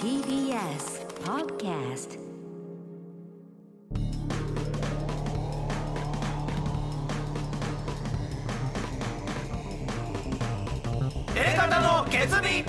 TBS Podcast エレカタの決意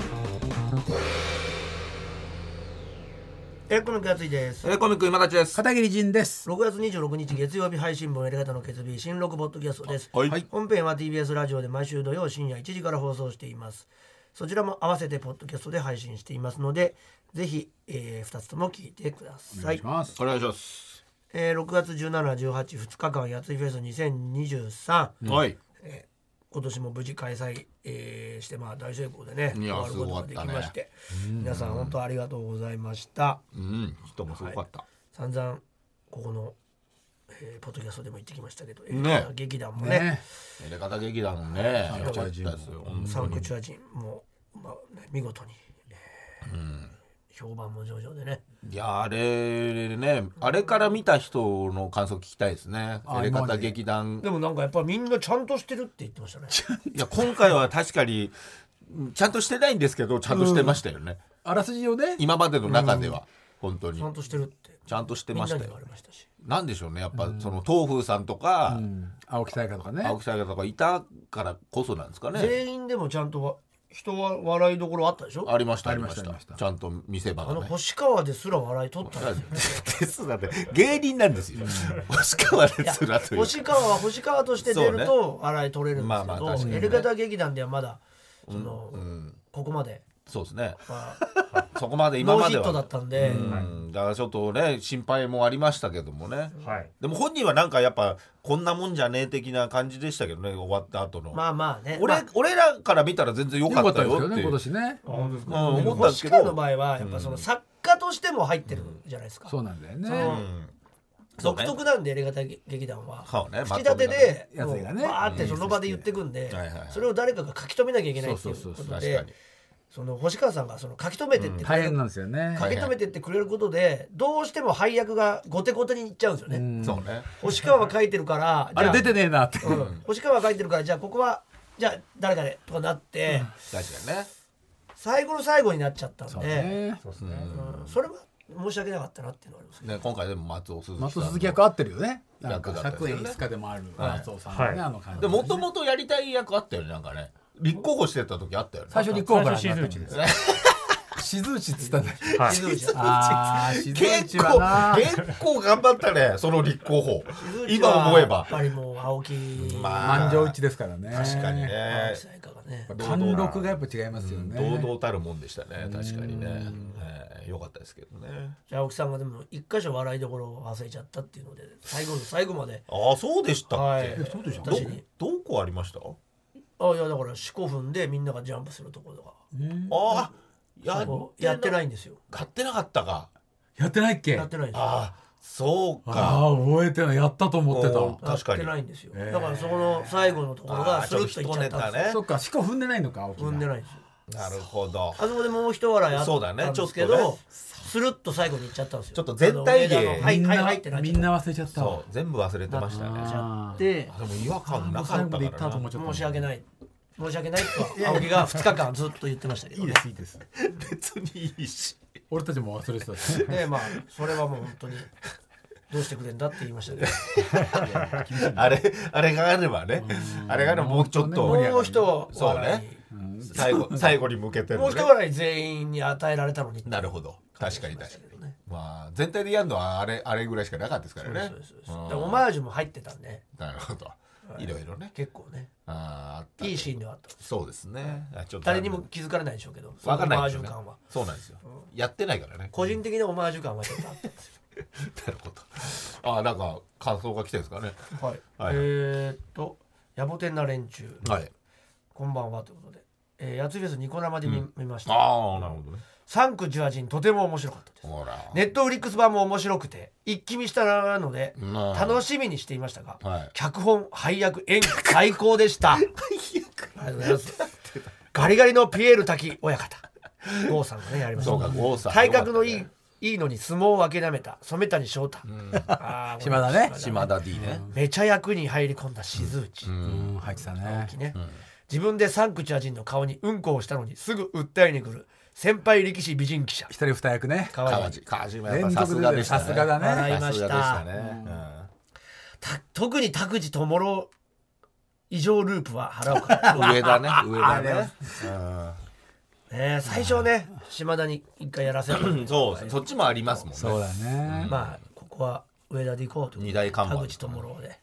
エレコミックやついです。6エレコミック今立ちです片桐仁です。月26日月曜日配信分エレガタの決日新録ボッドキャストです。はい本編は TBS ラジオで毎週土曜深夜1時から放送しています。そちらも合わせてポッドキャストで配信していますので、ぜひ、え2つとも聞いてくだおさ願いいし。ます。お願いしますえー6月17、18、2日間やついフェス2023。はい今年も無事開催、えーしてまあ大成功でねい終やわることがですきごかったねまして、皆さん本当ありがとうございましたうん人もすごかった散々ここの、えーポッドキャストでも言ってきましたけど、ね劇団もねね。エレカタ劇団もねサンよクチかュったアですジよム本サ当ンクにチュア人も、まあね、見事に、えー評判も上々でねいやあれねあれから見た人の感想聞きたいですねあエレカタ今まで劇団でもなんかやっぱみんなちゃんとしてるって言ってま したねいや今回は確かにちゃんとしてないんですけどちゃんとしてましたよねあらすじをね。今までの中では本当にちゃんとしてるってちゃんとしてましみんたなに言よわれましたしなんでしょうねやっぱその東風さんとかうん青木大河とかね。青木さんとかいたからこそなんですかね全員でもちゃんとわ人は笑いどころあったでしょありましたあありまりまししたたちゃんと見せ場あがのね星川ですら笑い取 ったんですよ ですだって芸人なんですよ星川ですらという星川は星川として出ると笑い取れるんですけまあど、まあ確かにねエレガタ劇団ではまだその、ここまで、そうですねまあそこまで今ノーまヒでットだはったんで、うんだからちょっとね心配もありましたけどもねはい。でも本人はなんかやっぱこんなもんじゃねえ的な感じでしたけどね終わった後のまあまあね俺まあ俺らから見たら全然良良かかっったたですよよってねいう今年ね。あ、本当ですうんか。思ったんです星け川のど場合はやっぱその作家としても入ってるじゃないですか、そうなんだよそねの。そうね独特なんでエレガタ劇団は、そうね口立てでまとめがねもうバーってその場で言ってくんで、はいはいはいそれを誰かが書き留めなきゃいけないってそいううそこうそうと確でかにその星川さんがその書き留めてってくれ大る変なんですよね。書き留めてってくれることでどうしても配役が後手後手にいっちゃうんですよね、うんそうね星川が書いてるからあれ出て、てねえなって。うん星川が書いてるからじゃあここはじゃあ誰かでとかなって、確かにね最後の最後になっちゃったんでそ,、ねそうですね。うん、それは申し訳なかったなっていうのはありますねね今回でも松尾鈴木さんの松尾鈴木役合ってるよね。なんか役だったよ100ね円5日でもある松尾さんのはいねあの感じ。でもともとやりたい役あったよねなんかね立候補してた時あったよね最初立候補から始最まっ初静たの内です。 静内っつったんだ。はい。静内はああ静結内構はな。結構頑張ったねその立候補静内は今思えばやっぱりもう青木まあ満場一致ですからね。確かに。ね青木さやかがね貫禄がやっぱ違いますよね。堂々たるもんでしたね確かにねえーよかったですけどね青木さんがでも一箇所笑いどころを忘れちゃったっていうので最後の最後までああそうでしたっはけいど私にどこありましたあいやだから45分でみんながジャンプするところとかああそこやってないいんですよ買ってなかったかやってないっけやってないんですよああそうかああ覚えてないやったと思っておた確かにやってないんですよ、えーだからそこの最後のところあがあスちょルっとッといっ一ちゃネったタんですねそっかしかも踏んでないのか青木が踏んでないんですよなるほあどそこでもう一笑いあっそうだねたんですけちょっとど、ねスルッと最後にいっちゃったんですよちょっと全体芸あの上田のはいはいはいってなっみちんゃっな忘れちゃったわそう全部忘れてましたねあーてあでも違和感なか最っ後たで言っかたらとな思うちょっと申し訳ない申し訳ないとは青木が2日間ずっと言ってましたけどいいねですいいです別にいいし俺たちも忘れてたしでまあそれはもう本当にどうしてくれんだって言いました けどあれ、あれがあればね、あれがあればもうちょっ本当ねと、もう一そう笑ね、最後、最後に向けていのもう一ね。笑い全員に与えられたのになるほどど、確かに確かに。まあ、全体でやるのはあれ、あれぐらいしかなかったですからねそうですそう。ですうんでオマージュも入ってたんでなるほど、いろいろね、結構ねあーあったいいシーンではあったそうですね。あちょっと誰にも気づかれないでしょうけどわかんないオマーでジすュよね感は。そうなんですよ。やってないからね。個人的なオマージュ感はちょっとあったんですよなるほど。 あー、なんか感想が来てるんですかね。はい、はいえー、っと「野暮天な連中はい。こんばんは」ということで、えー、やつフェスニコ生で見,、見ましたああ、なるほどね。サンクジュア人とても面白かったですほら。ネットフリックス版も面白くて一気見したなのでうん楽しみにしていましたが、はい脚本配役演技最高でしたありがとうございますガリガリのピエール滝親方郷さんがねやりましたそうか、ゴーさん。体格のいい、よかっいいのに相撲を諦めた染谷翔太、あー島田ねたね。島田 D ね。めちゃ役に入り込んだ静内、うん入ってたねね自分でサンクチュア人の顔にうんこをしたのにすぐ訴えに来る先輩力士美人記者一人二役ね川川合地川地もやっ連ぱさ続すでがでしたねさすがだね笑いまさしすたがでしたね、うんた特に拓司智郎異常ループは腹 をかぶ上だね上だあれね、ねえ最初ね島田に一回やらせるうん、そうそっちもありますもんねそうだねまあここは上田で行こうということで二大看板田口智郎で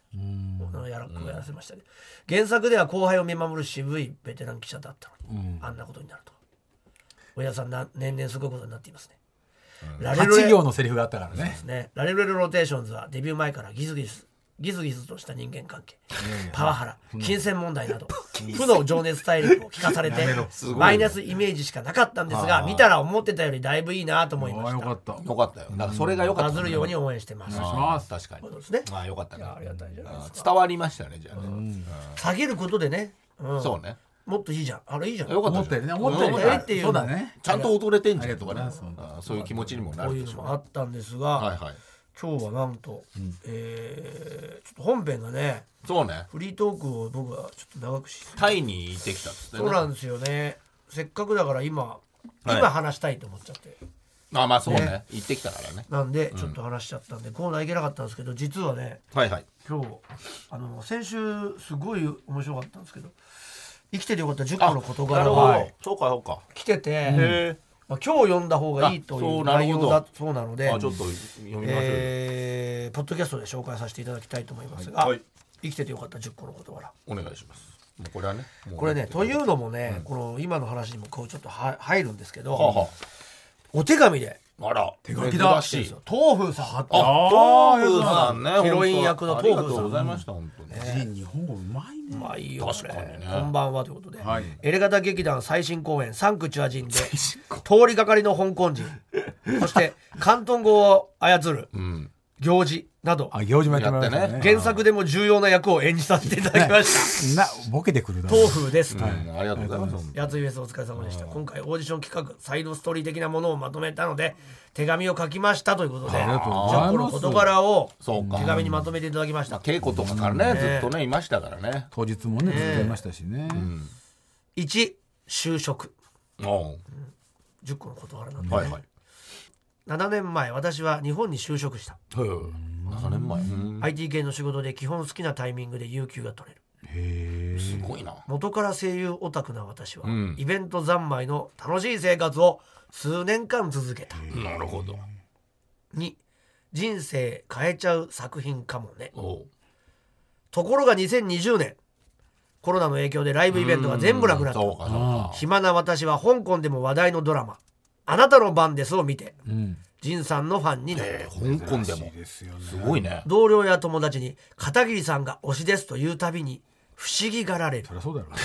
やらやらせましたね原作では後輩を見守る渋いベテラン記者だったのに、あんなことになると上田さんな年々すごいことになっていますね、ラレロレ8行のセリフがあったからねねラレロレローテーションズはデビュー前からギスギスギスギスとした人間関係パワハラ金銭問題など 負の情熱大陸を聞かされてごいマイナスイメージしかなかったんですが見たら思ってたよりだいぶいいなと思いまああしよたかったお願いしよかったよなんかそれがよかバったズるように応援してますます確かにそうですねまあよかったねありがたいじゃないですか伝わりましたねじゃあね、下げることでね、うんそうねもっといいじゃんあれいいじゃんよかった思ったよりね思ったよりねっていうそうだねちゃんと踊れてんじゃんとかあねりがとうございうんそういう気持ちにもなこうるいうのでしょうもあったんですが、はいはい今日はなんと、えーちょっと本編がねそうねフリートークを僕はちょっと長くしタイに行ってきたっつってねそうなんですよねせっかくだから今、はい今話したいと思っちゃってあまあそうねね行ってきたからねなんでちょっと話しちゃったんで、コーナーいけなかったんですけど実はねはいはい今日あの先週すごい面白かったんですけど生きててよかった10あ個の事なる柄ほどがそうかそうか来てて、へまあ、今日読んだ方がいいとあいそううな内るほ容どだそうなのでえあちょっと読みましょうよえーポッドキャストで紹介させていただきたいと思いますが、はい生きててよかった10個の事柄お願いしますもうこれはねもうこれねというのもね、この今の話にもこうちょっとは入るんですけど、はあはお手紙でああら手書きだしい豆腐さんああー豆腐さんねヒロイン役の本当豆あ腐さりがんとうございました本当にます日本語うまいねまあいいよ確かにねこれこんばんはということで、はいエレガタ劇団最新公演「サンクチュア人」で通りがかりの香港 人そして広東語を操るうん行事などあ行事もやってもらいましやたってねね原作でも重要な役を演じさせていただきましたなボケてくるだろう豆腐です、うんありがとうございますやついフェスお疲れ様でした今回オーディション企画サイドストーリー的なものをまとめたので手紙を書きましたということでありがとうございます10個の事柄をそうか手紙にまとめていただきました稽古とかからねずっとねいましたからね当日もねずっといましたしね1就職おう10個の事柄なんで、ねはいはい7年前私は日本に就職した、へえ7年前うん IT 系の仕事で基本好きなタイミングで有給が取れるすごいな元から声優オタクな私は、んイベント三昧の楽しい生活を数年間続けたなるほど2人生変えちゃう作品かもねおうところが2020年コロナの影響でライブイベントが全部なくなったそうかそう暇な私は香港でも話題のドラマ「あなたの番です」を見てうん仁さんのファンになった、か香港でもですよねすごいね同僚や友達に「片桐さんが推しです」というたびに不思議がられるそりゃそうだろうね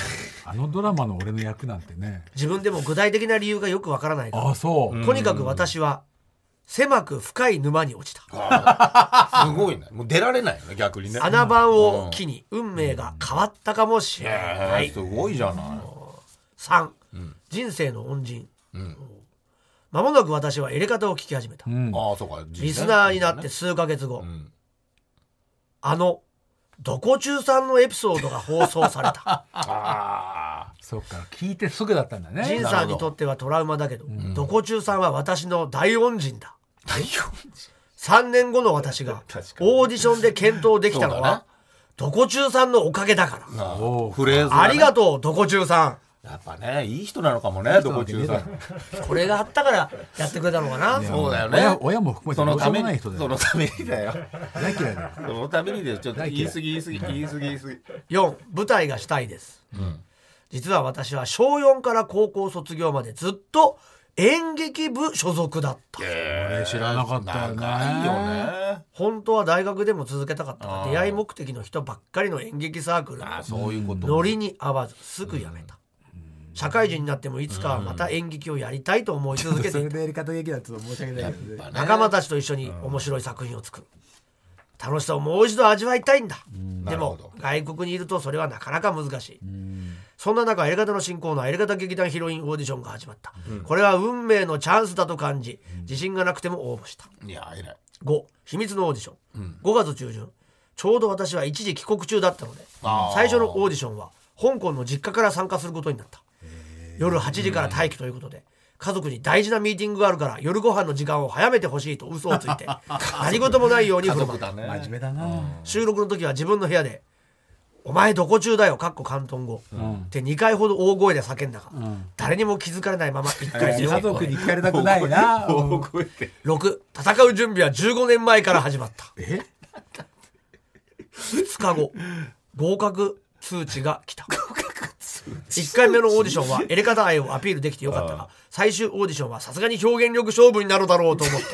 あのドラマの俺の役なんてね自分でも具体的な理由がよくわからないがああそう、とにかく私は狭く深い沼に落ちたあーすごいねもう出られないよね逆にね穴番を機に運命が変わったかもしれなえーいすごいじゃない3人生の恩人まもなく私は入れ方を聞き始めたうん、ああそうかリスナーになって数ヶ月後んあのどこ中さんのエピソードが放送されたああそっか聞いてすぐだったんだね仁さんにとってはトラウマだけどどこ中さんは私の大恩人だ大丈3年後の私が 確かにオーディションで検討できたのそうだねはどこ中さんのおかげだから夫おうフレーズがねありがとう、どこ中さやっぱねいい人なのかもねどこ中さいい人んん。これがあったからやってくれたのかな。そうだよ親ね親も含めてそのたどうしよめうもないに人そだよのためにだよ大嫌いだよそのためにだよちょっと大言嫌いい過ぎ言い過ぎ言い過ぎ言い過ぎ4、舞台がしたいです。実は私は小4から高校卒業までずっと演劇部所属だった。え知らなかったよね長いよね本当は大学でも続けたかったがあー出会い目的の人ばっかりの演劇サークルああそういうことノリに合わずすぐ辞めた。社会人になってもいつかはまた演劇をやりたいと思い続けていたでやり方劇だと申し訳ないけどね仲間たちと一緒に面白い作品を作る楽しさをもう一度味わいたいんだでなるほもど外国にいるとそれはなかなか難しいそんな中エレガタの新コーナーエレガタ劇団ヒロインオーディションが始まったこれは運命のチャンスだと感じ自信がなくても応募したいや偉い5秘密のオーディション5月中旬ちょうど私は一時帰国中だったのであー最初のオーディションは香港の実家から参加することになった夜8時から待機ということで家族に大事なミーティングがあるから夜ご飯の時間を早めてほしいと嘘をついて何事もないように家振る舞族だうね。真面目だな。収録の時は自分の部屋で「お前どこ中だよ」かっこ広東語、って2回ほど大声で叫んだが、誰にも気づかれないまま1回家戦族に聞かれたくないな。大声で。 6戦う準備は15年前から始まったえ2日後合格通知が来た1回目のオーディションはエレカタ愛をアピールできてよかったが最終オーディションはさすがに表現力勝負になるだろうと思って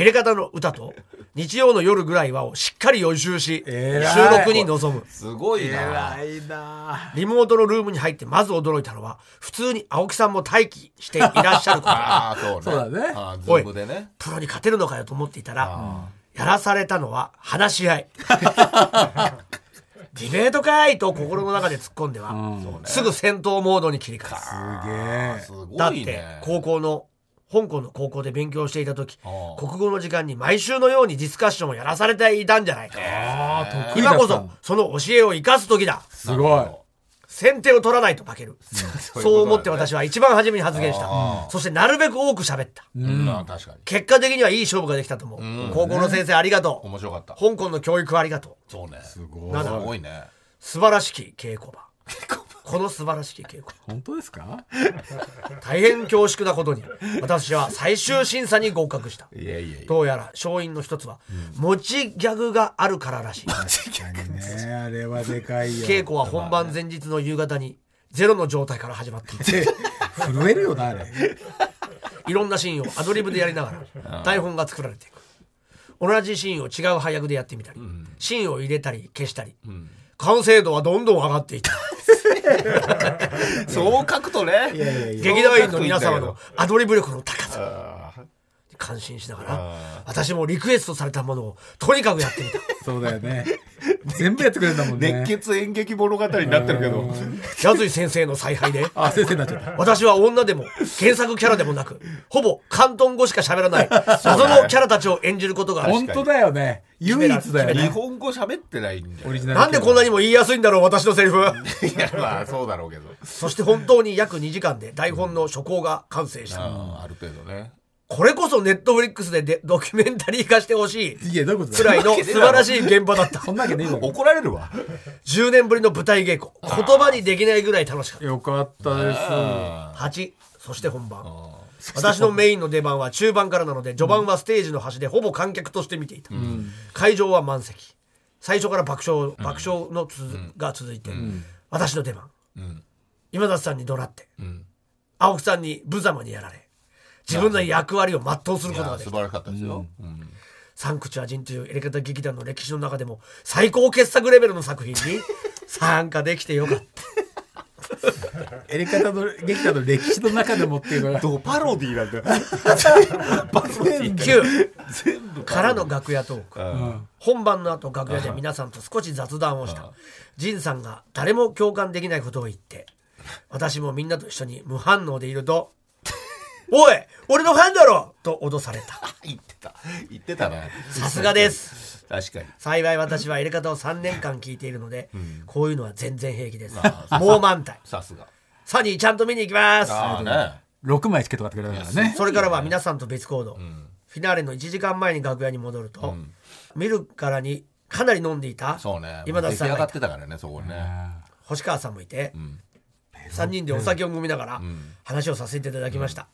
エレカタの歌と日曜の夜ぐらいはをしっかり予習し収偉い録に臨むすごいな。偉いな。リモートのルームに入ってまず驚いたのは普通に青木さんも待機していらっしゃることだああ、そうね。そうだねああ、ズおいームでね。プロに勝てるのかよと思っていたらやらされたのは話し合いディベートかいと心の中で突っ込んでは、すぐ戦闘モードに切り替えすげえ。すだごっいてね。高校の香港の高校で勉強していた時あ国語の時間に毎週のようにディスカッションをやらされていたんじゃないかああ、得意だ今っこたそんだ。その教えを生かす時だすごい。先手を取らないと負ける、 そういうことだねそう思って私は一番初めに発言したあそしてなるべく多く喋ったうん、まあ確かに。結果的にはいい勝負ができたと思う、高校の先生ありがとう、面白かった。香港の教育ありがとうそうね。すごい。すごいね。素晴らしき稽古場この素晴らしき稽古本当ですか？場大変恐縮なことに私は最終審査に合格したいやいやいや。どうやら勝因の一つは持ちギャグがあるかららしいねあれはでかいよ。稽古は本番前日の夕方にゼロの状態から始まったで震えるよなあれ。いろんなシーンをアドリブでやりながら台本が作られていく同じシーンを違う配役でやってみたり、シーンを入れたり消したり、完成度はどんどん上がっていったそう書くとね。いやいやいや劇団員の皆様のアドリブ力の高さに感心しながら私もリクエストされたものをとにかくやってみた そうだよね。全部やってくれるんだもんね熱。血演劇物語になってるけど。矢津井先生の采配であ、先生になっちゃった。私は女でも原作キャラでもなくほぼ広東語しか喋ら ない謎のキャラたちを演じることが本当だよね。唯一だよ日ね。本語喋ってないんだオよリジナルなんでこんなにも言いやすいんだろう私のセリフ いや、まあそうだろうけど。 そして本当に約2時間で台本の初稿が完成したああある程度ね。これこそネットフリックスででドキュメンタリー化してほ しいいやどういうことくだらよ。いの素晴らしい現場だったそんなわけねえだろ。怒られるわ。 10年ぶりの舞台稽古言葉にできないぐらい楽しかったよかったです。 8そして本番私のメインの出番は中盤からなので序盤はステージの端でほぼ観客として見ていた、会場は満席最初から爆笑爆笑のつづが続いて、私の出番、今田さんに怒鳴って、青木さんに無様にやられ自分の役割を全うするいことがやで素きた晴らしかったですよ。うんサンクチュア人というエレガタ劇団の歴史の中でも最高傑作レベルの作品に参加できてよかったエレカタの劇団の歴史の中でもっていうのが。ドパロディなんだよ。パロディって9からの楽屋トーク、本番の後楽屋で皆さんと少し雑談をした仁さんが誰も共感できないことを言って私もみんなと一緒に無反応でいると「おい俺のファンだろ!」と脅された 言ってた。言ってた ね。さすがです確かに。幸い私は入れ方を3年間聞いているので、こういうのは全然平気ですもう満タイさすが。サニーちゃんと見に行きますああね。六枚チケット買ってくれたから ね。それからは皆さんと別行動、フィナーレの1時間前に楽屋に戻ると、見るからにかなり飲んでいたそうね。今田出来さん上がいがたってたからね、そこね。星川さんもいて、3人でお酒を飲みながら話をさせていただきました、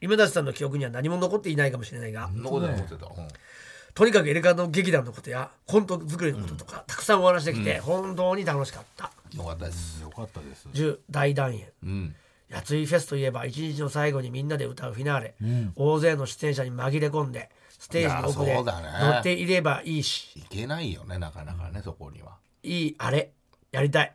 今田さんの記憶には何も残っていないかもしれないが、そこで思ってた。うんとにかくエレカの劇団のことやコント作りのこととか、たくさんお話できて、本当に楽しかったよかったです。よかったです。 10大団円うん。やついフェスといえば一日の最後にみんなで歌うフィナーレ、大勢の出演者に紛れ込んでステージの奥いやでそうだね乗っていればいいしいけないよね、なかなかね、そこには。 いいあれやりたい、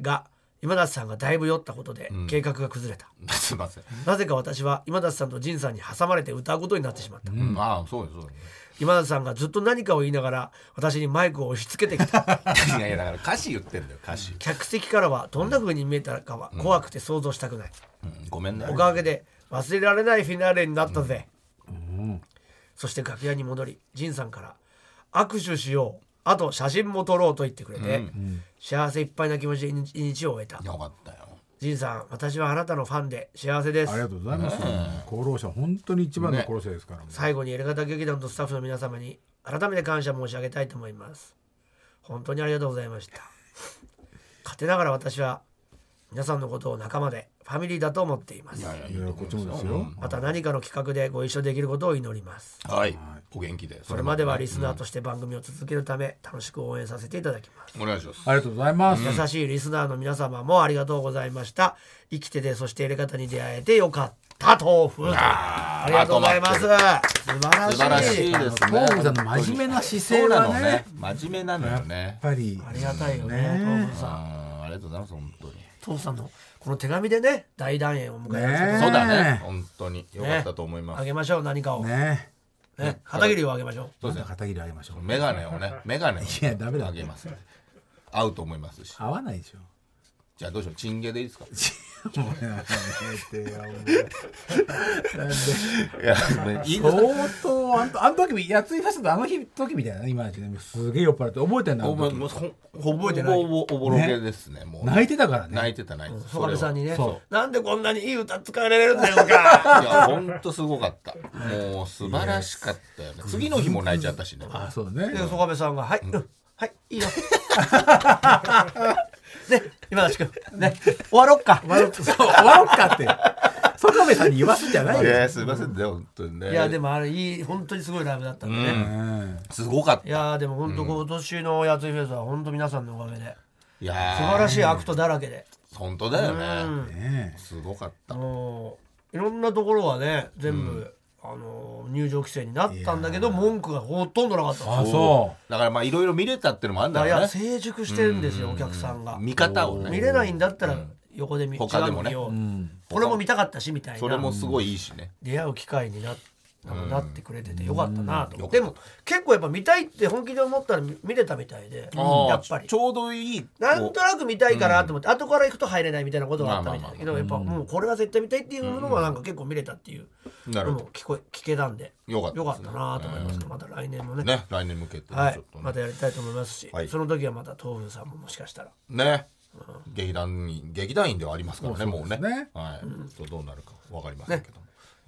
が今田さんがだいぶ酔ったことで計画が崩れた、すいません。なぜか私は今田さんと仁さんに挟まれて歌うことになってしまった、うん、ああ、そうです、そうで今田さんがずっと何かを言いながら私にマイクを押し付けて きたす。 いやいや、だから歌詞言ってんだよ、歌詞。客席からはどんな風に見えたかは怖くて想像したくない、うんごめんね。おかげで忘れられないフィナーレになったぜ、そして楽屋に戻り仁さんから「握手しよう」あと写真も撮ろうと言ってくれて、幸せいっぱいな気持ちで一日を終えたよかったよ。ジンさん私はあなたのファンで幸せでありがすとうございます、功労者本当に一番の功労者ですから、最後にエレガタ劇団とスタッフの皆様に改めて感謝申し上げたいと思います本当にありがとうございました勝手ながら私は皆さんのことを仲間でファミリーだと思っていますいやこっちもですよ、また何かの企画でご一緒できることを祈りますはい。お元気で。それまではリスナーとして番組を続けるため楽しく応援させていただきますお願いします。ありがとうございます、優しいリスナーの皆様もありがとうございました生きててそして入れ方に出会えてよかった豆腐ありがとうございます素素晴晴ららししいいですね。モーグさんの真面目な姿勢そはねうなのね。真面目なのよね。やっぱりありがたいよね豆腐さんあーありがとうございます本当に。豆腐さんのこの手紙でね大団円を迎えましたけどねえそうだね。本当に良かったと思いまあす。げましょう何かをねね片桐をあげましょうそうですね。片切りあげましょうメガネをね、メガネをいやダメだあげます。合うと思いますし。合わないでしょじゃあどうしよう。チンゲでいいですか。もうやめてよもういや、いいんですか。相当あんとあの時もやついフェスのあの日時みたいな今でもすげえ酔っ払って覚えてんだおぼもうほん覚えてないほぼおぼろげですね。もう泣いてたからね泣いてた泣いてた。曽我部さんにねそうなんでこんなにいい歌使えられるんだよかいや、ほんとすごかった。もう素晴らしかったよね。次の日も泣いちゃったしね。あそうねで曽我部さんが「はい、うん、はいいいよ」 ね今田君ね終わろっか終わろうそう終わろうかって坂部さんに言わすんじゃないいよ、や、すいませんね、本当にね。いやでもあれいい本当にすごいライブだったんでね、うん、すごかった。いやでも本当今年のやついフェスは本当皆さんのおかげでいや素晴らしい。しいアクトだらけで、本当だよね。ねすごかった。もういろんなところはね全部、あの入場規制になったんだけど文句がほとんどなかったあそだからまあいろいろ見れたっていうのもあるんだいろやうね。成熟してるんですよお客さんが見方を見ね。れないんだったら横で見,、他でもね違うの見よう、これも見たかったしみたいなそれもすごいいいしね。出会う機会にななってくれててよかったなと、うんでも結構やっぱ見たいって本気で思ったら見見れたみたいであーやっぱりちょうどいい。なんとなく見たいかなと思って、後から行くと入れないみたいなことがあったみたいだけど、まやっぱもうこれは絶対見たいっていうのがなんか結構見れたっていうなるのほもど。聞こえ聞けたんでよかったですねなと思いますね、また来年もねね、来年向けてねはちょいっ、とまたね。やりたいと思いますし、はいその時はまた東風さんももしかしたらね。劇団に劇団員ではありますからね、もうねそうですね。はい。ちょっとどうなるかわかりませんけども。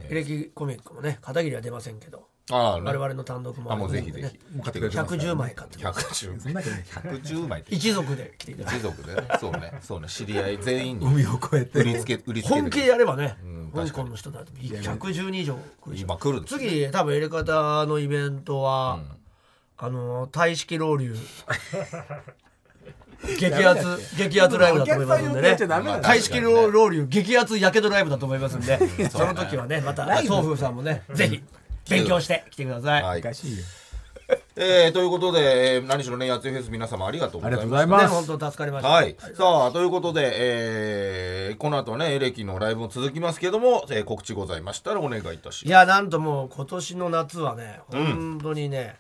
エレキコミックもね片桐は出ませんけどああ、我ね々の単独もありますんでねあもうぜひぜひうもう買ってくれてますから110枚買ってください110そん枚。なわけない110枚って。一族で来ていただい一族 でね。そうね。そうね。知り合い全員に海を越え売てりつけ、て売りつけてくれる。本気でやればね、ん香確か港の人だって110人以上来るでしょ今来るんですよ次多分エレカタのイベントは、あの大式老流激アツ激アツライブだと思いますんでお客さん呼んでやねっちゃダメだよ大式老老流激アツやけどライブだと思いますんで、その時はねまた東風さんもねぜひ勉強して来てください、はいお。かしいよえー、ということで、えー何しろね、やついフェス皆様ありがとうごあざりいがますとうございねます本当助かりました、はい。さあ、ということで、えー、この後はね、エレキのライブも続きますけども、えー告知ございましたらお願いいたしいます。やなんともう今年の夏はね本当にね、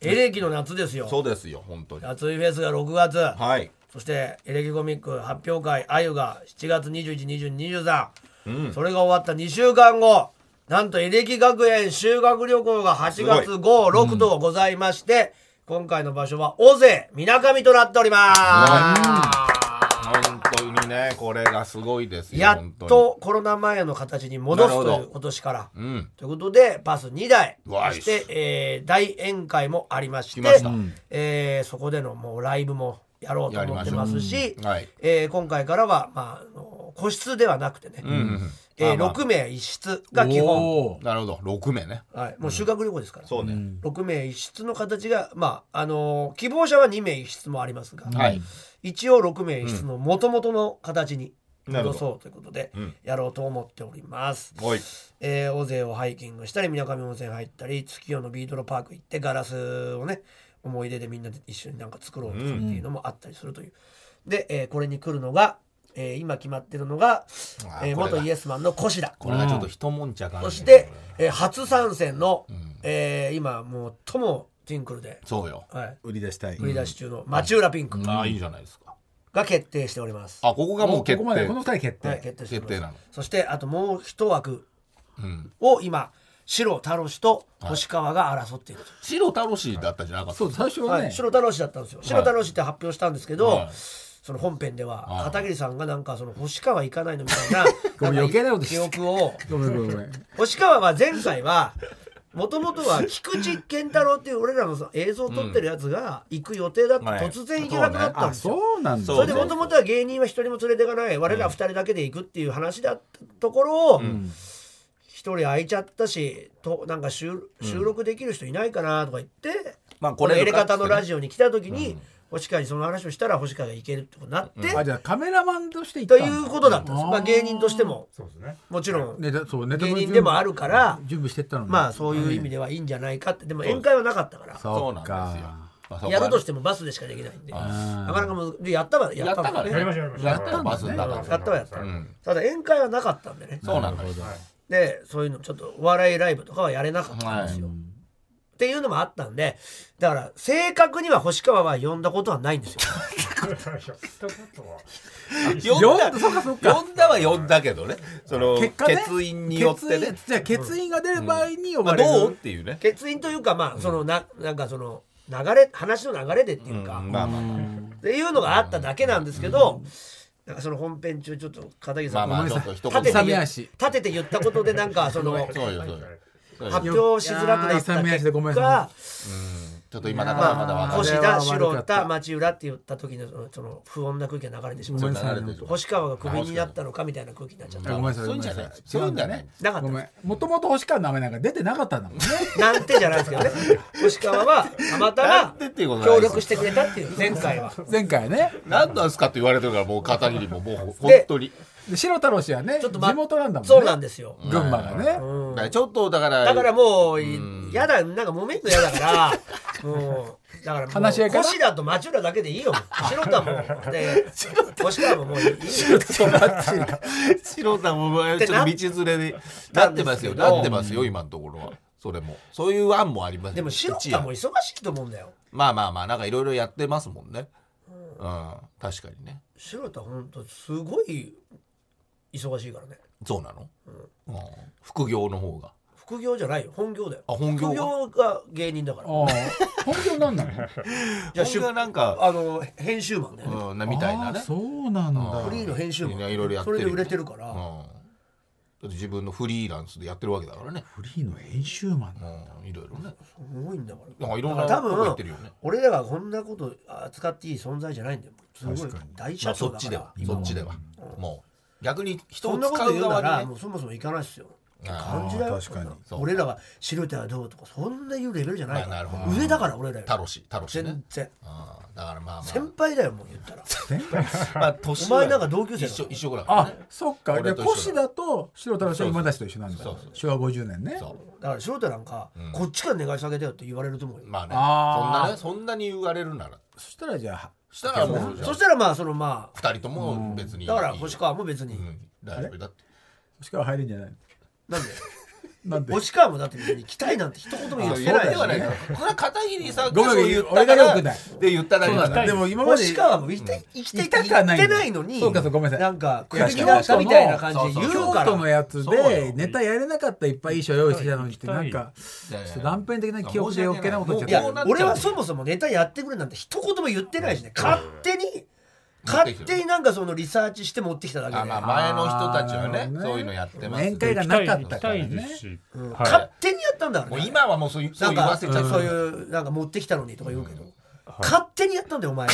エレキの夏ですよそうですよ、本当に。夏いフェスが6月、はい。そしてエレキコミック発表会あゆが7月21、22、23、それが終わった2週間後なんとエレキ学園修学旅行が8月5、6とございまして、今回の場所は尾瀬みなかみとなっております。本当にね、これがすごいですよ。やっとコロナ前の形に戻すとなるいほうど今年から。本当に。うん。ということでバス2台うわそして、えー大宴会もありまして来ましたうんえーそこでのもうライブもやろうと思ってますしうんはいえー今回からは、まああの、個室ではなくてね、えーまあまあ6名一室が基本、おーなるほど、6名ね。はい、もう修学旅行ですから、そうね。 6名一室の形が、まああの希望者は2名一室もありますが、はい。一応6名一室の元々の形になる戻ほどそうということで、やろうと思っております。はい。えー、尾瀬をハイキングしたり水上温泉入ったり月夜のビートルパーク行ってガラスをね思い出でみんなで一緒になんか作ろうとするっていうのもあったりするという、で、えーこれに来るのが、えー今決まってるのが、あーえーこれだ元イエスマンのコシダこれがちょっと一悶着あるねそして、えー初参戦の、えー今もうともティンクルで、そうよ。はい、売り出したい売り出し中の町浦ピンクああ、いいじゃないですか。が決定しております。あ、ここがもうこ決こまで定こ。の二人決定、はい、決定しております決定なのそしてあともう一枠を今白太郎氏と星川が争っていると。白楽しだったじゃなかった。そう最初ははね、い、白太郎氏だったんですよ白太郎氏って発表したんですけど、はいその本編では片桐さんがなんかその星川行かないのみたいな ごめんなんか余計なことし記て憶をごめんごめんごめん。星川は前回はもともとは菊池健太郎っていう俺らのその映像を撮ってるやつが行く予定だった、はい突然行けなくなったんあ、ですよ。そうなんだ。そそれうでもともとは芸人は一人も連れていかない我ら二人だけで行くっていう話だったところを一人空いちゃったしとなんか収収録できる人いないかなとか言って、まあこの来エれレるかカっつってタねのラジオに来た時に、星川にその話をしたら星川が行けるってことになって、あ、じゃあカメラマンとして行ったとんだいうことだったんです、まあ、芸人としてもそうですね。もちろん、ネタそうネタ芸の準備人でもあるから準備してったのねまあそういう意味ではいいんじゃないかってでも宴会はなかったから。そうそなんっですよか。まあそこはねやるとしてもバスでしかできないんで、なかなかもうでやったわややったからわねやりましょうやりましょうやったのバスの中やでやったわやったわ、ただ宴会はなかったんでねそうなんですでそういうのちょっとお笑いライブとかはやれなかったんですよ、はっていうのもあったんでだから正確には星川は呼んだことはないん ですよやったことは。呼んだ呼んだそうかそう呼んだは呼んだけどねその結果ね欠員によってね欠員じゃあ欠員が出る場合に呼まばあれる、どうっていうね欠員というかまあそのななんかその流れ話の流れでっていうか、まあまあまあっていうのがあっただけなんですけど、なんかその本編中ちょっと片桐さん、まあまあごめんなちょさいっと一言立てて勇み言足立てて言ったことでなんかその そうよそうよそうよ発表しづらくなったいやー勇み足結でごめんな果さちょっと今だからまだまあわか腰る星あれは田悪か白った田町浦って言った時のそのその不穏な空気が流れてしまごめんっなたさい流れてる星川がクビになったのかみたいな空気になっちゃったあごめんなさいそういうんじゃないそういうんじゃないなかったごんめでんもともと星川の名前なんか出てなかったんだもんねすなんてじゃないですけどね星川はたまたなんまてっていうことない協です力してくれたっていう前回は前回ね何なんですかって言われてるからもう片桐ももう本当にで白太郎氏はねちょっと、ま地元なんだもんねそうなんですよ群馬がね、だからちょっとだからだからもういやだなんか揉めんのやだからもうだからも話し合ういから腰だと町浦だけでいいよ白田もで星川ももういいよ白田もっちてょっとな道連れになってますよなんですけどなってますよ今のところはそれもそういう案もありますよでも白一田案も忙しいと思うんだよまあまあまあなんかいろいろやってますもんねうん確かにね白田ほんとすごい忙しいからねそうなのうん副業の方が副業じゃないよ本業だよあ本業副が業が芸人だからああ本業なんだねじゃあ本業はなんかあの編集マンだよねうん なみたいなああねそうなんだフリーの編集マンいやいろいろやってそるれよで売れてるから、うんだって自分のフリーランスでやってるわけだからねフリーの編集マンだうんいろいろねすごいんだからなんかいろんなだとから多こ行分ってるよね俺らがこんなこと扱っていい存在じゃないんだよすごい大ま社あそ長っだちかでら、はそっちではもう逆に人そをんなこ使とう言うな側らにもねうそもそも行かないっすよあ感じだよ確かにそんな俺らは白手はどうとかそんな言うレベルじゃないから、まあなるほど上だから俺らよりタロシタロシね全然ああだからまあま先輩だよもう言ったらあ、 まあ、年お前なんか同級生だ一緒一緒ぐらいだからあねそっか俺でと一緒だコシだと白太郎氏は今だしと一緒なんだそうそう昭和50年ねそだから白手なんか、こっちから願い下げてよって言われると思うよう、まあねそんなあねそんなに言われるならそしたらじゃあしたらもうじゃあそしたらまあそのまあ二人とも別にいいだから星川も別に、うん大丈夫だって星川入るんじゃないなんでなんで星川もだって別に来たいなんて一言も言ってそうないでしはないからこれは片桐さんごめんそう言った俺がから良くないで言ったらそうなんだででもも今まで星川も生きて生きていたかない生きてないのにそうかそうごめんなさいんかいや悔しくなったみたいな感じで京都の言京うか都のらやつそうよでネタやれなかったらいっぱいいい賞用意してきたのにってなんかいやいやちょっと断片的な記憶で余計なこと言っいちゃやっもうなったちゃう俺はそもそもネタやってくれなんて一言も言ってないしね勝手に持って勝きてる手になんかそのリサーチして持ってきただけあでまあ前の人たちはあーねねそういうのやってます面会がなかったから行きたいねですし。勝は手にやったんだからもうね今はもうそういうなそうん言わかせそちゃうういうなんか持ってきたのにとか言うけど勝手にやったんだよお前は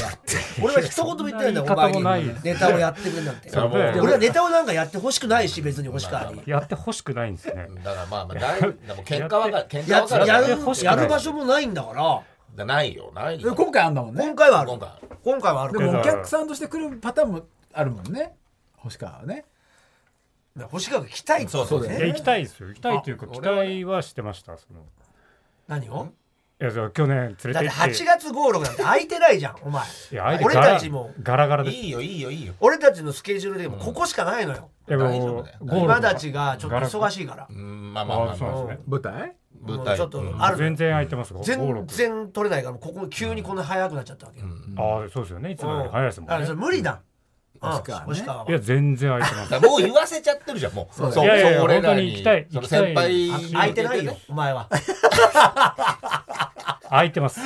俺は一言も言ってないんだよそおんな言い方前もないにネタをやってくれなんてそれはもう俺はネタをなんかやってほしくないし別に星川にい。やってほしくないんですね。だからまあまあだいでも喧嘩はか喧嘩やはつからやだるか欲しくやないる場所もないんだかららないよないよで今回あんだもんね今回はある今回今回はあるでもお客さんとして来るパターンもあるもんね星川はね星川が来たいってそうそういそうや行きたいですよ。行きたいというか期待はしてました。その何をいやじゃあ去年連れてだって行って。 8月5、6なんて空いてないじゃん、お前いや相手俺ガラたちも、ガラガラいです。いいよいいよいいよ俺たちのスケジュールでもここしかないのよ。や大丈夫もだようゴール今たちがちょっと忙い。しいからう。んまあまあまああそうまあなんですね。舞台舞もう台ちょっとうんある全然空いてますか。ゴール全然取れないから、ここ急にこんな早くなっちゃったわけよ。ああそうですよね。いつもより早いですもあんのそれね。無理だ。うん星川ね星川いやは。全然空いてます。だからもう言わせちゃってるじゃんもうそうそういやいやそう俺ら本当に行きたいその行きたい先輩あ空いてないよ、お前 は。空いてます。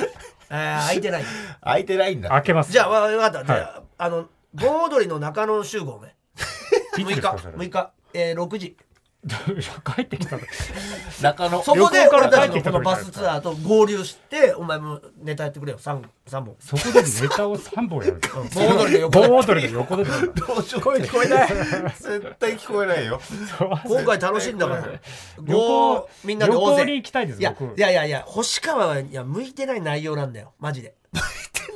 えー空いてない。空いてないんだ開けます。じゃあ、わわかった。じゃああの盆踊りの中野集合ねいつ6日ですかそれ6日、えー、6時 帰ってきたの中野そこで旅行から俺たち帰ってのきこたの時バスツアーと合流してお前もネタやってくれよ 3, 三本そこでネタを3本やる盆踊りで横で盆踊りの横でですか声聞こえない。絶対聞こえないよ。今回楽しいんだから旅行ごみんなで大旅勢行に行きたいですいや僕いやいやいや星川はいや向いてない内容なんだよマジで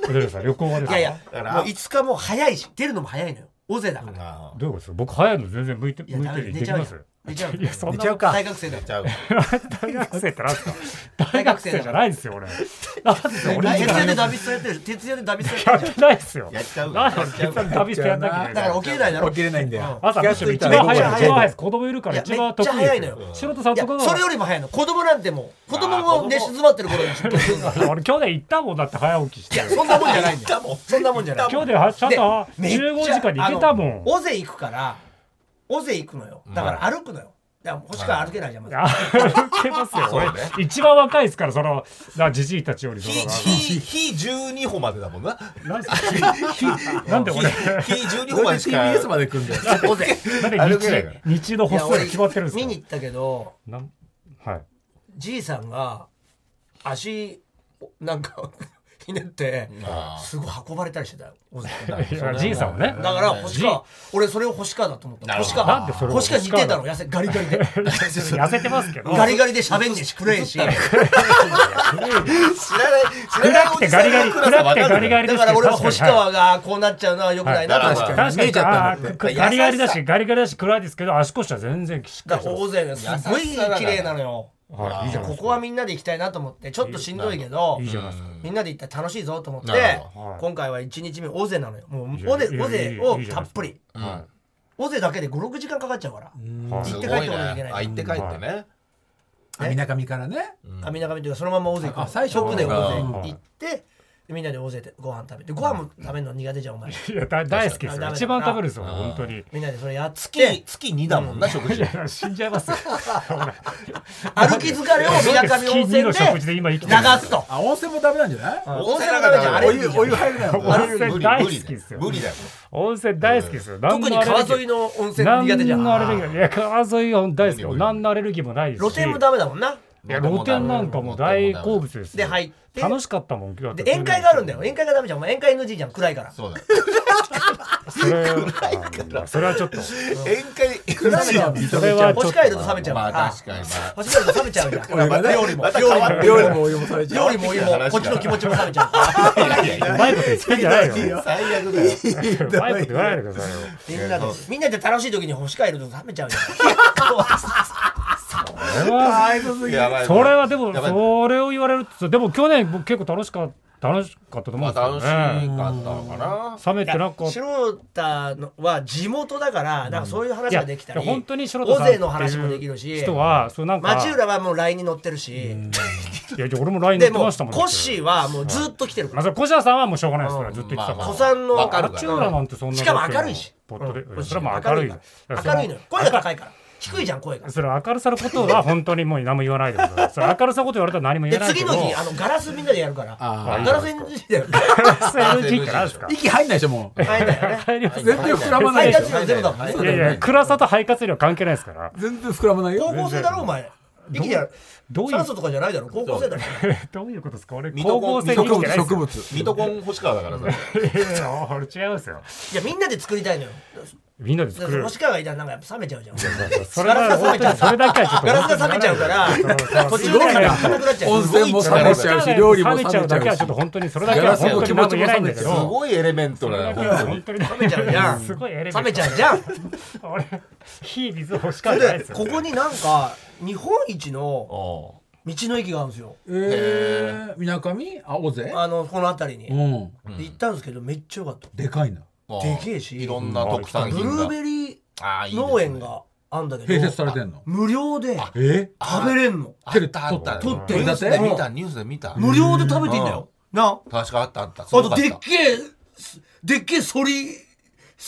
小寺さん旅行はですいかやいやからもう5日も早いし出るのも早いのよ大勢だからあどういうことですか僕早いの全然向いていや向いてるダメできます寝ちゃうよいやそん寝なちゃうか大学生だあ。ちゃう。大学生ってなんですか 大大学学生生だかじらゃないですよ俺なんで俺徹や夜でダビストやってるし徹夜でダビストやってるってないですよやっちゃうよ。なんで俺絶対旅してやんなきゃいけだないから起きれないだろ起きれないんだよ。朝むしろ一番めっ早ちいゃ一早い番早いです子供いるから一番得意いやめっちゃ早いでのすよよ素人さんいやとこそれよのりも早いの子供なんてもう子供も寝静まってる頃にちょっと 俺去年行ったもんだって早起きしてそんなもんじゃないんだよそんなもんじゃない今日ではちゃんとはでめっちゃ15時間に行けたもん尾瀬行くから尾瀬行くのよだから歩くのよだから星川歩けないじゃんまだあ受けますよ俺一番若いですからそのなじじいたちよりそひ、のひ、ひ12歩までだもんな。なんでなんで俺ひ、12ど歩うまでやってしか。 TBS まで来んだよ。尾瀬なん歩けないかで日日のいや歩数俺が決まってるんです見かに行ったけどなんはいじいさんが足なんか ひねってあすごい運ばれたりしてたよ尾瀬いやじいさんはねだから星川俺それを星川だと思ったなるほ星どな川んでそれを星星川川似てたの痩せガリガリ で痩せてますけどガリガリで喋ん ねえし暗いし知らない、知らない暗おじくてさガんリガが来なさ分かるよリ暗くてガリガリでだすけどから俺は確星かにはい川がこうなっちゃうのはよくないなとはい思ってだ確からか確かに。見えにちゃったんだっあて。ーガリガリだしガリガリだし暗いですけど足腰は全然しっかだりかしてらます大勢がすごい綺麗なのよはいいいじゃないこですこかはみんなで行きたいなと思ってちょっとしんどいけどいいじゃないですかみんなで行ったら楽しいぞと思ってなるほどはい今回は1日目大勢なのよもういじゃ大ない勢い大い勢いいをいいじゃたないでっすかぷりは大勢だけで56時間かかっちゃうからいはい行すっごてい帰ってこなきゃいけね。なあ、い行って帰ってね。あみなかみからね。あみなかみというかそのまま大勢行くあ最初直で大勢うん行ってでみんなで大勢でご飯食べてご飯も食べるの苦手じゃ んお前いやだ大好きです確かよに一番食べるんですよ本当にみんなでそれやっつ月、け月2だもんな、食い事。や死んじゃいますよ歩き疲れをみなかみ温泉での食事で今生き流てるすとあ、温泉もダメなんじゃない温泉のためじゃんあれお湯、お湯入るなよ。温無泉理、大好無き理だでよす。よ無理だよ。温泉大好きですよ何特のにアレルギー川沿いの温泉何苦手じゃんのアレルギーいや川沿いは大好きよ無理無理何のアレルギーもないです露し店もダメだもんないや露天なんかも大好物ですよで入って楽しかったもん今日で宴会があるんだよ宴会がダメじゃんお前宴会 NG じゃん暗いからそうだよ。それ はそれはちょっと宴会、暗いからそれはちょ星っと帰ると冷めちゃうまかあら確かにまあ。星帰ると冷めちゃうじゃ んまた料理もまた変料理わもっ料理もお湯もされちゃ料う。理もお湯もこっちの気持ちも冷めちゃうからうまいこと言ってんじゃ ないよう最悪だよ。まいこと言わないでくださいよみんなでみんなで楽しい時に星帰ると冷めちゃ うじそれはあいつすぎる。やばい。それはでもやばいそれを言われるとでも去年僕結構楽しかった楽しかったと思うんまあですよ楽しかったねのかな。冷めてゃんなんかいや白田のは地元だからなんかそういう話ができたりいや本当に白田大さんって勢いうの話もできるし人はそうなんか町浦はもう LINE に載ってるしいやじゃあ俺も LINE 乗でってもまうしたもんコッシーはもうずっと来てるかまあらそれ小島さんはもうしょうがないですからずっと言ってたかまあまらあ子さんのわかる町浦なんてそんなしかも明るいしポットでうんそれはもう明るい明るいのよ声が高いから低いじゃん声 がそれ明るさのことは本当にもう何も言わないでくださいそれ明るさのこと言われたら何も言でえないけ次どの日あのガラスみんなでやるからあガラス NG だよね次 SLG って何ですかー息入んないでしょ、も う。変えないよね帰ります全然膨らまない肺でし活ょ。量ゼロだもんねいやいや暗さと肺活量関係ないですから全然膨らまない高よ。校生だろお前息でどういう酸素とかじゃないだろ高校生だろどういうことですか俺ミトコ高校ン生に植生きて物、ないです植よ物。ミトコン星川だからさ。いやいや俺違いますよいやみんなで作りたいのよみんなで作る星川がいたらなんかやっぱ冷めちゃうじゃ んそれは本当にそれだけはちょっとガラスが冷めちゃうから途中で硬くなっちゃう温泉も冷めちゃうし、料理も冷めちゃうし。だけはちょっと本当にそれだけは本当に何も言えないんだけすどごいエレメントそれだだよ、けは本本当に冷めちゃうじゃんすごいエレベーター冷めちゃうじゃん俺火水欲しかったでですよここになんか日本一の当道の駅があるんですよえー、みなかみあ、大勢あのこの辺りにうん。行ったんですけどめっちゃよかったでかいな。に。でけえしいろんな特産ブル品ーが。ベリあーいいですーね農園があんだけ併設どされてんの。無料でえ食べれんのあったあった。取ってニュースで取って見た、ニュースで見た。無料で食べていいんだよな確かあったあった。すあごかとったでっけえすでっけえそり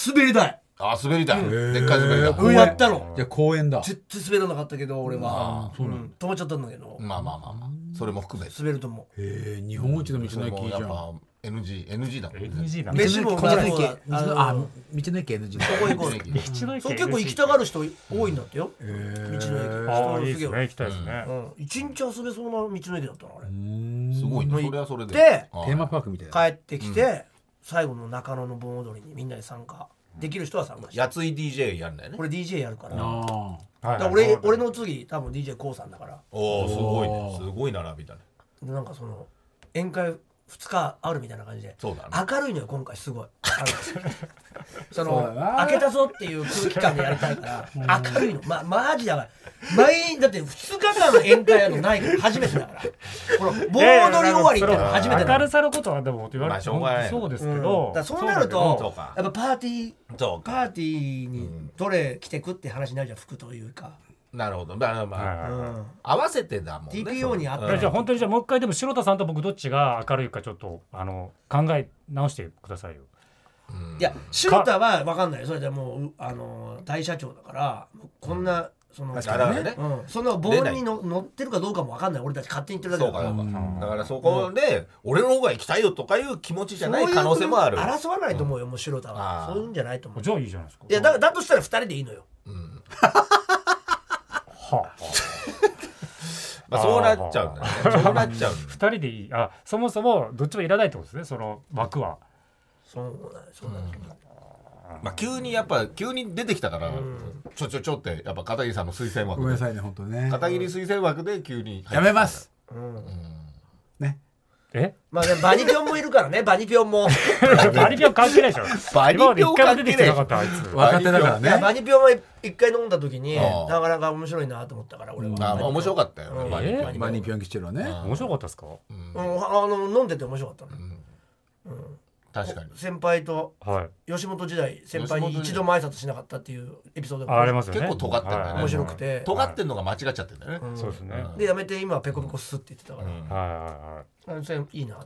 滑り台あ滑り台、でっかい滑り台、うんやったのじゃあ公園だ。絶対滑らなかったけど俺は、うん止まっちゃったんだけど、まあまあまあまあそれも含め滑ると思うええ日本一の道そのれも駅じやゃっん。ぱ NG NG だもんね NG だね。飯も道のあ駅の道あののあ道の駅 NG だ。ここ行こうよ道の駅そう結構行きたがる人多いんだってよ、道あのあ、いい駅ですね。行きたいですねう。ん、一日遊べそうな道の駅だったのあれすごいねそれはそれでではいテーマパークみたいな。帰ってきて、最後の中野の盆踊りにみんなで参加できる人は参加してやつい DJ やるんだよね俺 DJ やるからだあはから俺俺の次多分 d j k o さんだからおおすごいねすごい並びだねでなんかその宴会2日あるみたいな感じでそうだね明るいのよ今回すごいあのそそうだのな開けたぞっていう空気感でやりたいから明るいのまマジだから毎だって2日間の宴会やるのないから初めてだからほら盆踊り終わりってのが初めてだ明からるさのことはでも言われまあてしょうがないそうですけうんどだからそうなるそうとかやっぱパーティーそうパかーティーにどれ着てくって話になるじゃん服というか、なるほどまあはいまあはいはい合わせてだもんね TPO にあったうんじゃあ本当にじゃあもう一回でも城田さんと僕どっちが明るいかちょっとあの考え直してくださいよ。いや白田は分かんないよそれでもううあの大社長だからこんな、その、確かにねうん、その棒にの乗ってるかどうかも分かんない俺たち勝手に言ってるだそうけだかからそうかだからそこで俺の方が行きたいよとかいう気持ちじゃない可能性もあるそういう争わないと思うよ、もう白田はあそーういうんじゃないと思うじゃあいいじゃないですか。いやだだとしたら2人でいいのよはあまあそうなっちゃうんだよねそうなっちゃうんだよね二人でいい。あそもそもどっちもいらないってことですね。その枠は。そうなんそうなんですよ、まあ急にやっぱ急に出てきたからちょちょちょってやっぱ片桐さんの推薦あ。ごめ枠んなでさいね本当ね。片桐推薦枠で急にやめます。ね。 え？まあでもバニピョンもいる からねバニピョンもバリピョン関係ないでしょ。バリピョン今まで一回も出てきてなかったあいつ。若手だからいやね。バニピョンは一回飲んだ時にあーなかなか面白いなと思ったから俺は、あまあ面白かったようんバリピョンえバニーピョン吉郎ね。面白かったですか。うん、あの飲んでて面白かったの、確かに先輩とはい。吉本時代先輩に一度も挨拶しなかったっていうエピソードああがりますよね。結構尖ってんだよねはい面白く。て、尖ってんのが間違っちゃってんだよねそうですね。はいでやめて今はペコペコすって言ってたから、はいはい。あそれいいなと思っ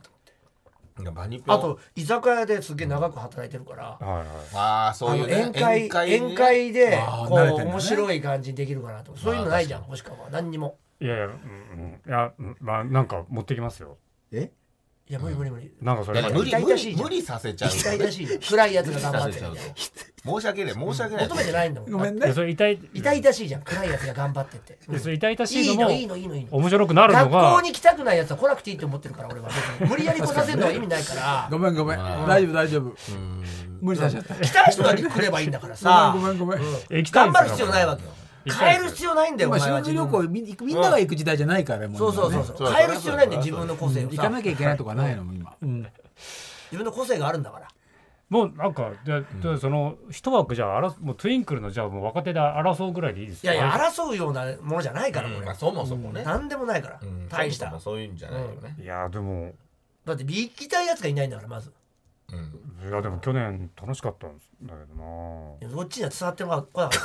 ていやバニピョンあと居酒屋ですげえ長く働いてるから、はいはい、ああそうあいのうね宴会宴会,、ねであーこう慣れてんだね面白い感じにできるかなと思ってそういうのないじゃん星川は何にもいやいや、うんうん、いや、うんまあ、なんか持ってきますよ。え？いや無理無理無理なんかそいれやまいでや無痛々理無しい理じゃん無理させちゃう痛々しいじゃん暗いやつが頑張さっせてちるゃうみとたいな申し訳ない申し訳ない求めてないんだもんごめんいねや。それ痛い、痛々しいじゃん暗いやつが頑張ってって、いやそれ痛々しいいいののもいいのいいのいいの面白くなるの学が校に来たくないやつは来なくていいって思ってるから俺は別に無理やり来させるのは意味ないからごめんごめん。大丈夫大丈夫。無理させちゃった。来たい人だけ来ればいいんだからさごめんごめんごめん。行きたい頑んですよ張る必要ないわけよ行きたい変える必要ないんだよお今前は修自学分旅行みんみんなが行く時代じゃないからもそうそうそう今ねそう変える必要ないんだよ自分の個性を行かさなきゃいけないとかないのも今。うん。自分の個性があるんだからもうなんかじゃあじゃあその一枠じゃあ争もうトゥインクルのじゃあもう若手で争うぐらいでいいですいよやいや争うようなものじゃないからこれまあそもそもね何でもないからうん大しそたもそもそういうんじゃないよねいやでもだって行きたいやつがいないんだからまずいやでも去年楽しかったんだけどないやこっちには伝わってこなか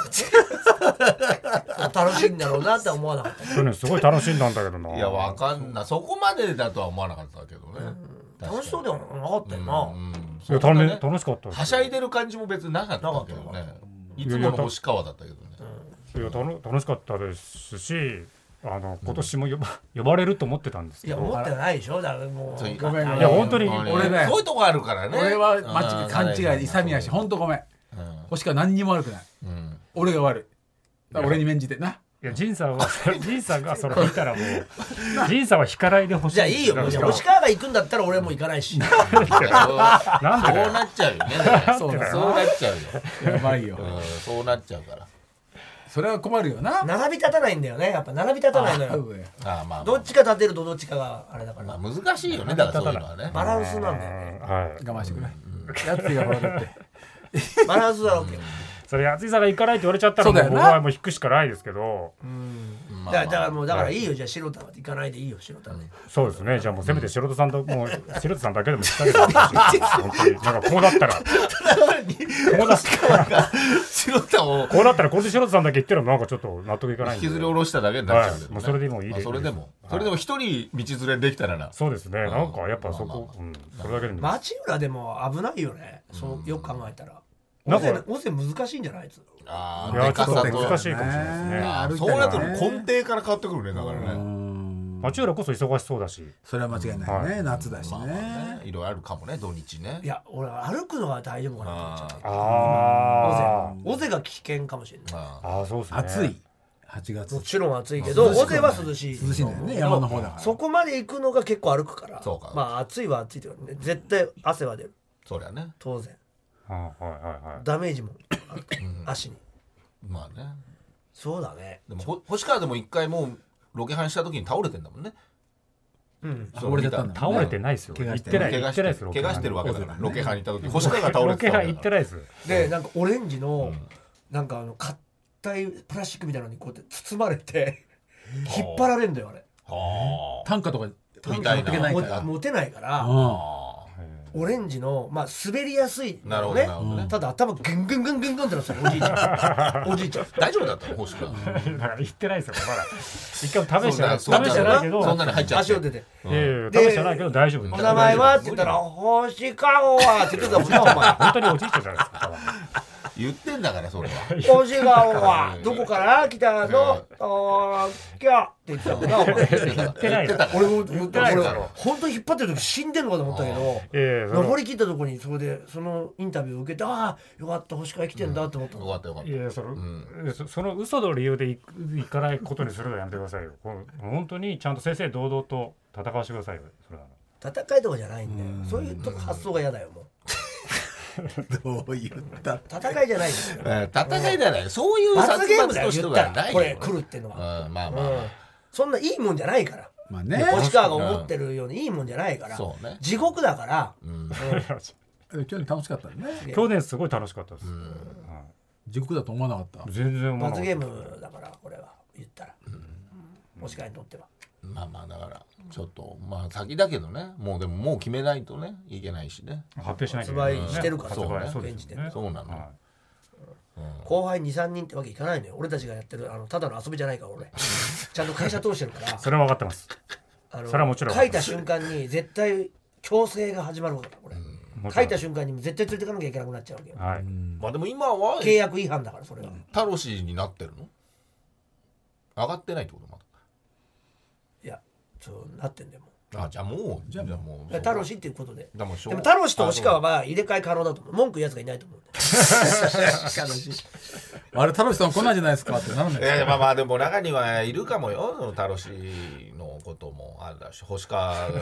った楽しいんだろうなって思わなかった去年すごい楽しんだんだけどないいやわかんないそこまでだとは思わなかったけどね楽しそうではなかったような。いやんそん楽なしね楽しかったですはしゃいでる感じも別になかったけどなかっねいつもの星川だったけどねいやたの楽しかったですしあの今年も呼ば,、 呼ばれると思ってたんですいけや、ど思ってないでしょだからもそうう。めんごめんいや本当にうん俺ねそういうとこあるからね俺はマッチ勘違いで勇みやしほ本当ごめん。星川何にも悪くない。ん俺が悪い。だから俺に免じてな。いや仁さんは仁さんがそれ見たらもう仁さんは引かないでほしいじゃあいいよ。なもんうかじゃあ、星川が行くんだったら俺も行かないし。なんそでうだよなっちゃうよねだからそうだよそうなっちゃうよやばいよ。うんそうなっちゃうからそれは困るよな。並び立たないんだよね。やっぱ並び立たないの多よ。分ねああまあどっちか立てるとどっちかがあれだかまあら。難しいよねだからそういうのはねバランスなんだよね。は我慢してくれ。やつが悪くて。バランスだろうけよ。い、それ安井さんが行かないって言われちゃったらそうもうだよな僕はもう引くしかないですけどだからだからもう、だからいいよ。じゃあ、白田は行かないでいいよ、白田ね。そうですねじゃあもうせめて白田さんともう白田さんだけでも引かれてほしい本当になんかこうだったらこうだったら白田をこうだったらこれで白田さんだけ言ってるのなんかちょっと納得いかないん引できずり下ろしただけになっちゃうけはいもどねうそれでもいいですまあそれでもそれでも一人道連れできたらなそうですねなんかやっぱそこ、うんそれだけでも、町浦でも危ないよね。そう、よく考えたら。尾なん瀬か尾瀬難しいんじゃないあいつあいあ、やでちょかっとさ難しと。いかもしれないですねね歩いたそうらなってくる根底から変わってくるね、だからね。町浦こそ忙しそうだしそれは間違いないね、はい夏だしね,、まあまあね、いろいろあるかもね、土日ねい。や俺歩くのは大丈夫かなと思っちゃったあー尾瀬が危険かもしれないああーそうですね暑い8も月ちろん暑いけど尾瀬は涼しい涼しいんだよね山の方だからそこまで行くのが結構歩くからそうかまあ暑いは暑いけどね絶対汗は出るそりゃね。当然あーはいはいはいダメージもある足にまあね。そうだねでも、ほ星川でも一回もう、ロケハンした時に倒れてんだもんね。うんそう倒れちゃったんだ倒れてないですよ怪行我っしててるない怪行我っしててないですよ怪我してるわけだから、ロケハンに行った時、星川が倒ロれケてハたンん行だっかてら。ないですでなんかオレンジのなんかあの硬いプラスチックみたいなのにこうやって包まれて引っ張られるんだよあれは短歌とかみたいな持ってけないもから持てないからうんオレンジのまあ滑りやすいなるのほどねなるほどねただ頭グングングングングンってなってたのおじいちゃ んおじいちゃんあ大丈夫だったの星川。だから行ってないですよまだ一回も試してない試そうだしてないけどそんなの入っちゃって足を出ていやいや試してないけど大丈夫「お名前は?」って言ったら「星川は」って言ってたもんなお前本当におじいちゃんじゃないですか言ってんだから、それは。星川はどこから来たの東京って言ってたもんなお 前言てない言ってたから俺も言ってなないいだ俺ろ本当に引っ張ってる時死んでんのかと思ったけどええその登り切ったとこにそこでそのインタビューを受けてああよかった星川来てんだって思ったよのかったよかっいやいやその、そその嘘の理由で行く行かないことにするのやめてくださいよ。こう本当にちゃんと正々堂々と戦わしてくださいよ。それは戦いとかじゃないんだよそういうとこ発想が嫌だよもうどう言ったって戦いじゃないんですよた。えー戦いじゃない。そういう罰ゲーム だよ殺伐として言ったはならいこよれ来るってのうん、はまあまあうまんそんないいもんじゃないからまあね星川が思ってるようにいいもんじゃないからそうね地獄だから去年楽しかったね去年すごい楽しかったです。は地獄だと思わなかったい全然思わなか罰っゲーた。ムだからこれは言ったら星川にとってはあ。まあまあ、だから、ちょっと、まあ先だけどね。もうでも、もう決めないとね、いけないしね。発表しなきゃい発売してるから発売そうそうねですよね。そうなのは後輩23人ってわけいかないのよ俺たちがやってるあのただの遊びじゃないか ら俺ちゃんと会社通してるからいそれは分かってます。あのそれはもちろん書いた瞬間に絶対強制が始まるわけだこれ、もちろん書いた瞬間に絶対連れてかなきゃいけなくなっちゃうわけよはい。まあでも今は、契約違反だからそれは、タロシになってるの上がってないってことまいやそうなってんだよもだ。あ、じゃあもう、じゃあもうだう。からタロシシっていうことででもしょうでもタロシと押川は入れ替え可能だと思う文句言うやつがいないと思うんだよ あれ、タロシさん来ないじゃないですかってなるんだえ よ。えまあまあでも中にはいるかもよそのタロシのこともあるだし星川さ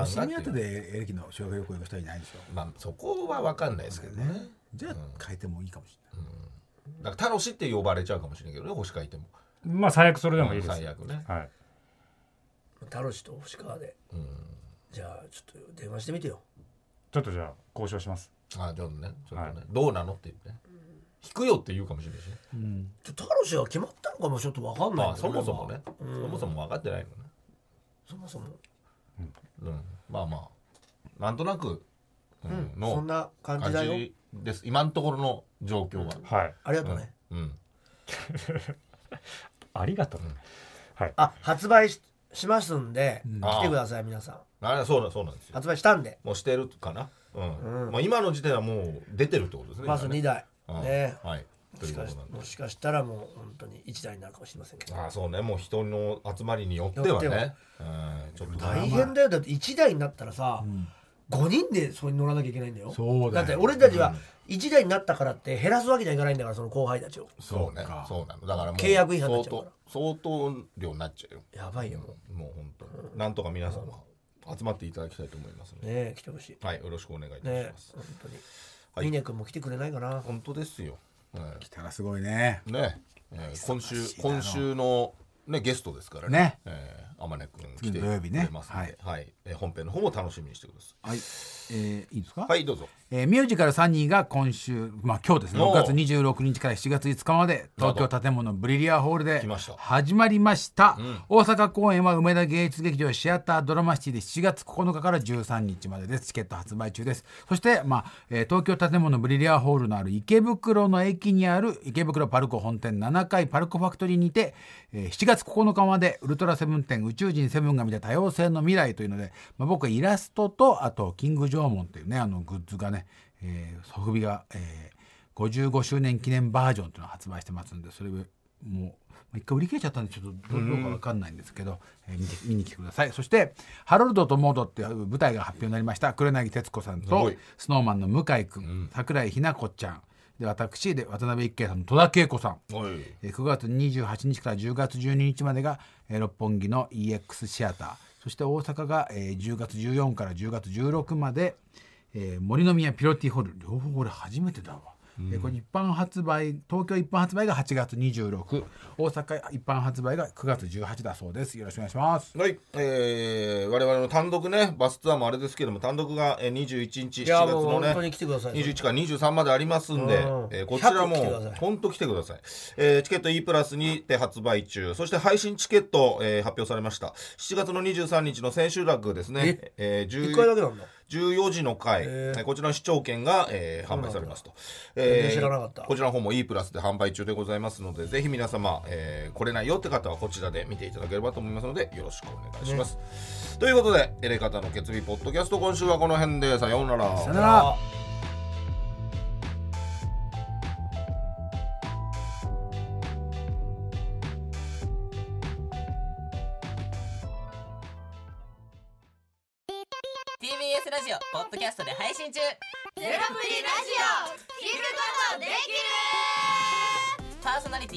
楽んしだみっ後ていうでエレキの修学旅行行く人はいないでしょ。まあそこは分かんないですけどねじゃあ変えてもいいかもしれない。だからタロシって呼ばれちゃうかもしれないけどね星川いてもまあ最悪それでもいいです。最悪ねはい。タロシと星川で、じゃあちょっと電話してみてよちょっとじゃあ交渉します。あちょっとねちょっとね、はいどうなのって言ってね引くよって言うかもしれないしね、ちょタロシは決まったのかもちょっと分かんないんまあだそよもそもね俺はそもそも分かってないのねそもそもうんまあまあなんとなく、うんのそんな感じだよです今のところの状況は、はい。ありがとうね、うん、ありがとう。はい。あ発売ししますんで、来てください皆さんあそうだそうなんですよ発売したんでもうしてるかな、うんまあ、今の時点はもう出てるってことですねバス2台今ねねうんはいもというしこかとしなんでもしかしたらもう本当に1台になるかもしれませんけどああそうねもう人の集まりによってはよってねうんちょっと大変だよだって1台になったらさ、5人でそれに乗らなきゃいけないんだよそうだよって俺たちは1台になったからって減らすわけにはいかないんだからその後輩たちをそうねそうなのだからもう契約違反にな相っちゃうか当ら相当量になっちゃうよやばいよももう本当なんとか皆さんは集まっていただきたいと思いますうねねえ来てほしいはいよろしくお願いいたしねえます本当にはい峰、君も来てくれないかな本当ですようん来たらすごいね。ねえー今週今週のねゲストですからねねえー天音くん来て土く曜日ねれますんではいえー本編の方も楽しみにしてくださいはい。えーいいですかはい、どうぞ。えーミュージカルサニーが今週、まあ今日ですね、お6う月26日から7月5日まで、東京建物ブリリアホールで来ました始まりました。大阪公演は梅田芸術劇場シアタードラマシティで7月9日から13日までです。チケット発売中です。そして、まあ、えー東京建物ブリリアホールのある池袋の駅にある池袋パルコ本店7階パルコファクトリーにて、えー7月9日までウルトラセブン展宇宙人セブンが見た多様性の未来というので、まあ、僕はイラストと、あと、キング・ジョーモンというね、あのグッズがね、えーソフビが、えー55周年記念バージョンというのを発売してますんでそれもう一回売り切れちゃったんでちょっとどうかわかんないんですけど、えー見て見に来てくださいそして「ハロルドとモード」っていう舞台が発表になりました黒柳徹子さんと SｎowMan の向井君桜井日奈子ちゃんで私で渡辺一慶さんの戸田恵子さんはいえー9月28日から10月12日までが、えー六本木の EX シアターそして大阪が、えー10月14から10月16まで、えー森の宮ピロティホール両方俺初めてだわ、えーこれ一般発売東京一般発売が8月26大阪一般発売が9月18だそうですよろしくお願いしますはい、えー、我々の単独ねバスツアーもあれですけども単独がえー21日7いや月もうのね本当に来てください21から23までありますんうで、んえーこちらも100来てください本当来てください、えーチケット E プラスにて発売中そして配信チケット、えー発表されました7月の23日の千秋楽ですねえー10一回だけなんだ14時の回、えーこちらの視聴券が、えー販売されますと、え全然知らなかったこちらの方も E プラスで販売中でございますのでぜひ皆様、えー来れないよって方はこちらで見ていただければと思いますのでよろしくお願いします、ということでエレカタの決意ポッドキャスト今週はこの辺でさようならさよならラジオポッドキャストで配信中ゼロプリラジオ聞くことできるパーソナリテ